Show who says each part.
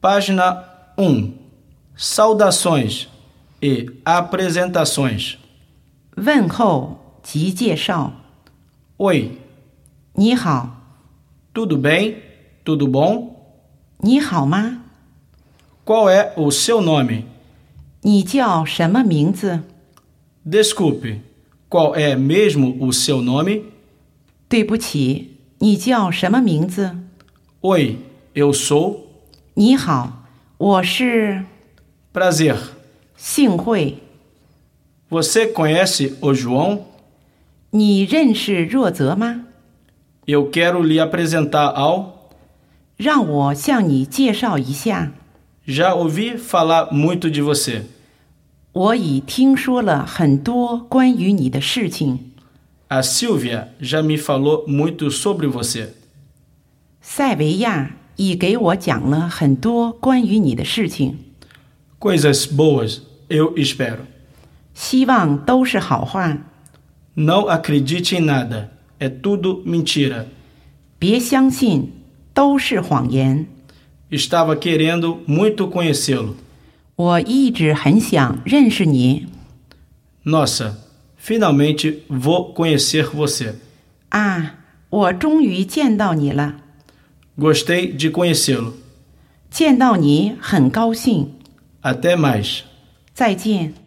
Speaker 1: Página 1. Saudações e apresentações.
Speaker 2: 问候及介绍。
Speaker 1: Oi,
Speaker 2: 你好，
Speaker 1: tudo bem? Tudo bom?
Speaker 2: 你好吗？
Speaker 1: Qual é o seu nome?
Speaker 2: 你叫什么名字？
Speaker 1: Desculpe, qual é mesmo o seu nome?
Speaker 2: 对不起，你叫什么名字？
Speaker 1: Oi, eu sou.
Speaker 2: 你好，我是
Speaker 1: Prazer.
Speaker 2: 幸会。
Speaker 1: Você conhece o João?
Speaker 2: 你认识若泽吗？
Speaker 1: Eu quero lhe apresentar ao.
Speaker 2: 让我向你介绍一下。
Speaker 1: Já ouvi falar muito de você.
Speaker 2: 我已听说了很多关于你的事情。
Speaker 1: A Silvia já me falou muito sobre você.
Speaker 2: 塞维亚已给我讲了很多关于你的事情，
Speaker 1: Coisas boas, eu espero.
Speaker 2: 希望都是好话。
Speaker 1: Não acredite em nada. É tudo mentira.
Speaker 2: 别相信，都是谎言。
Speaker 1: Estava querendo muito conhecê-lo.
Speaker 2: 我一直很想认识你
Speaker 1: Nossa, finalmente vou conhecer você.
Speaker 2: 啊！我终于见到你了，
Speaker 1: Gostei de conhecê-lo.
Speaker 2: 见到你很高兴。
Speaker 1: Até mais.
Speaker 2: 再见。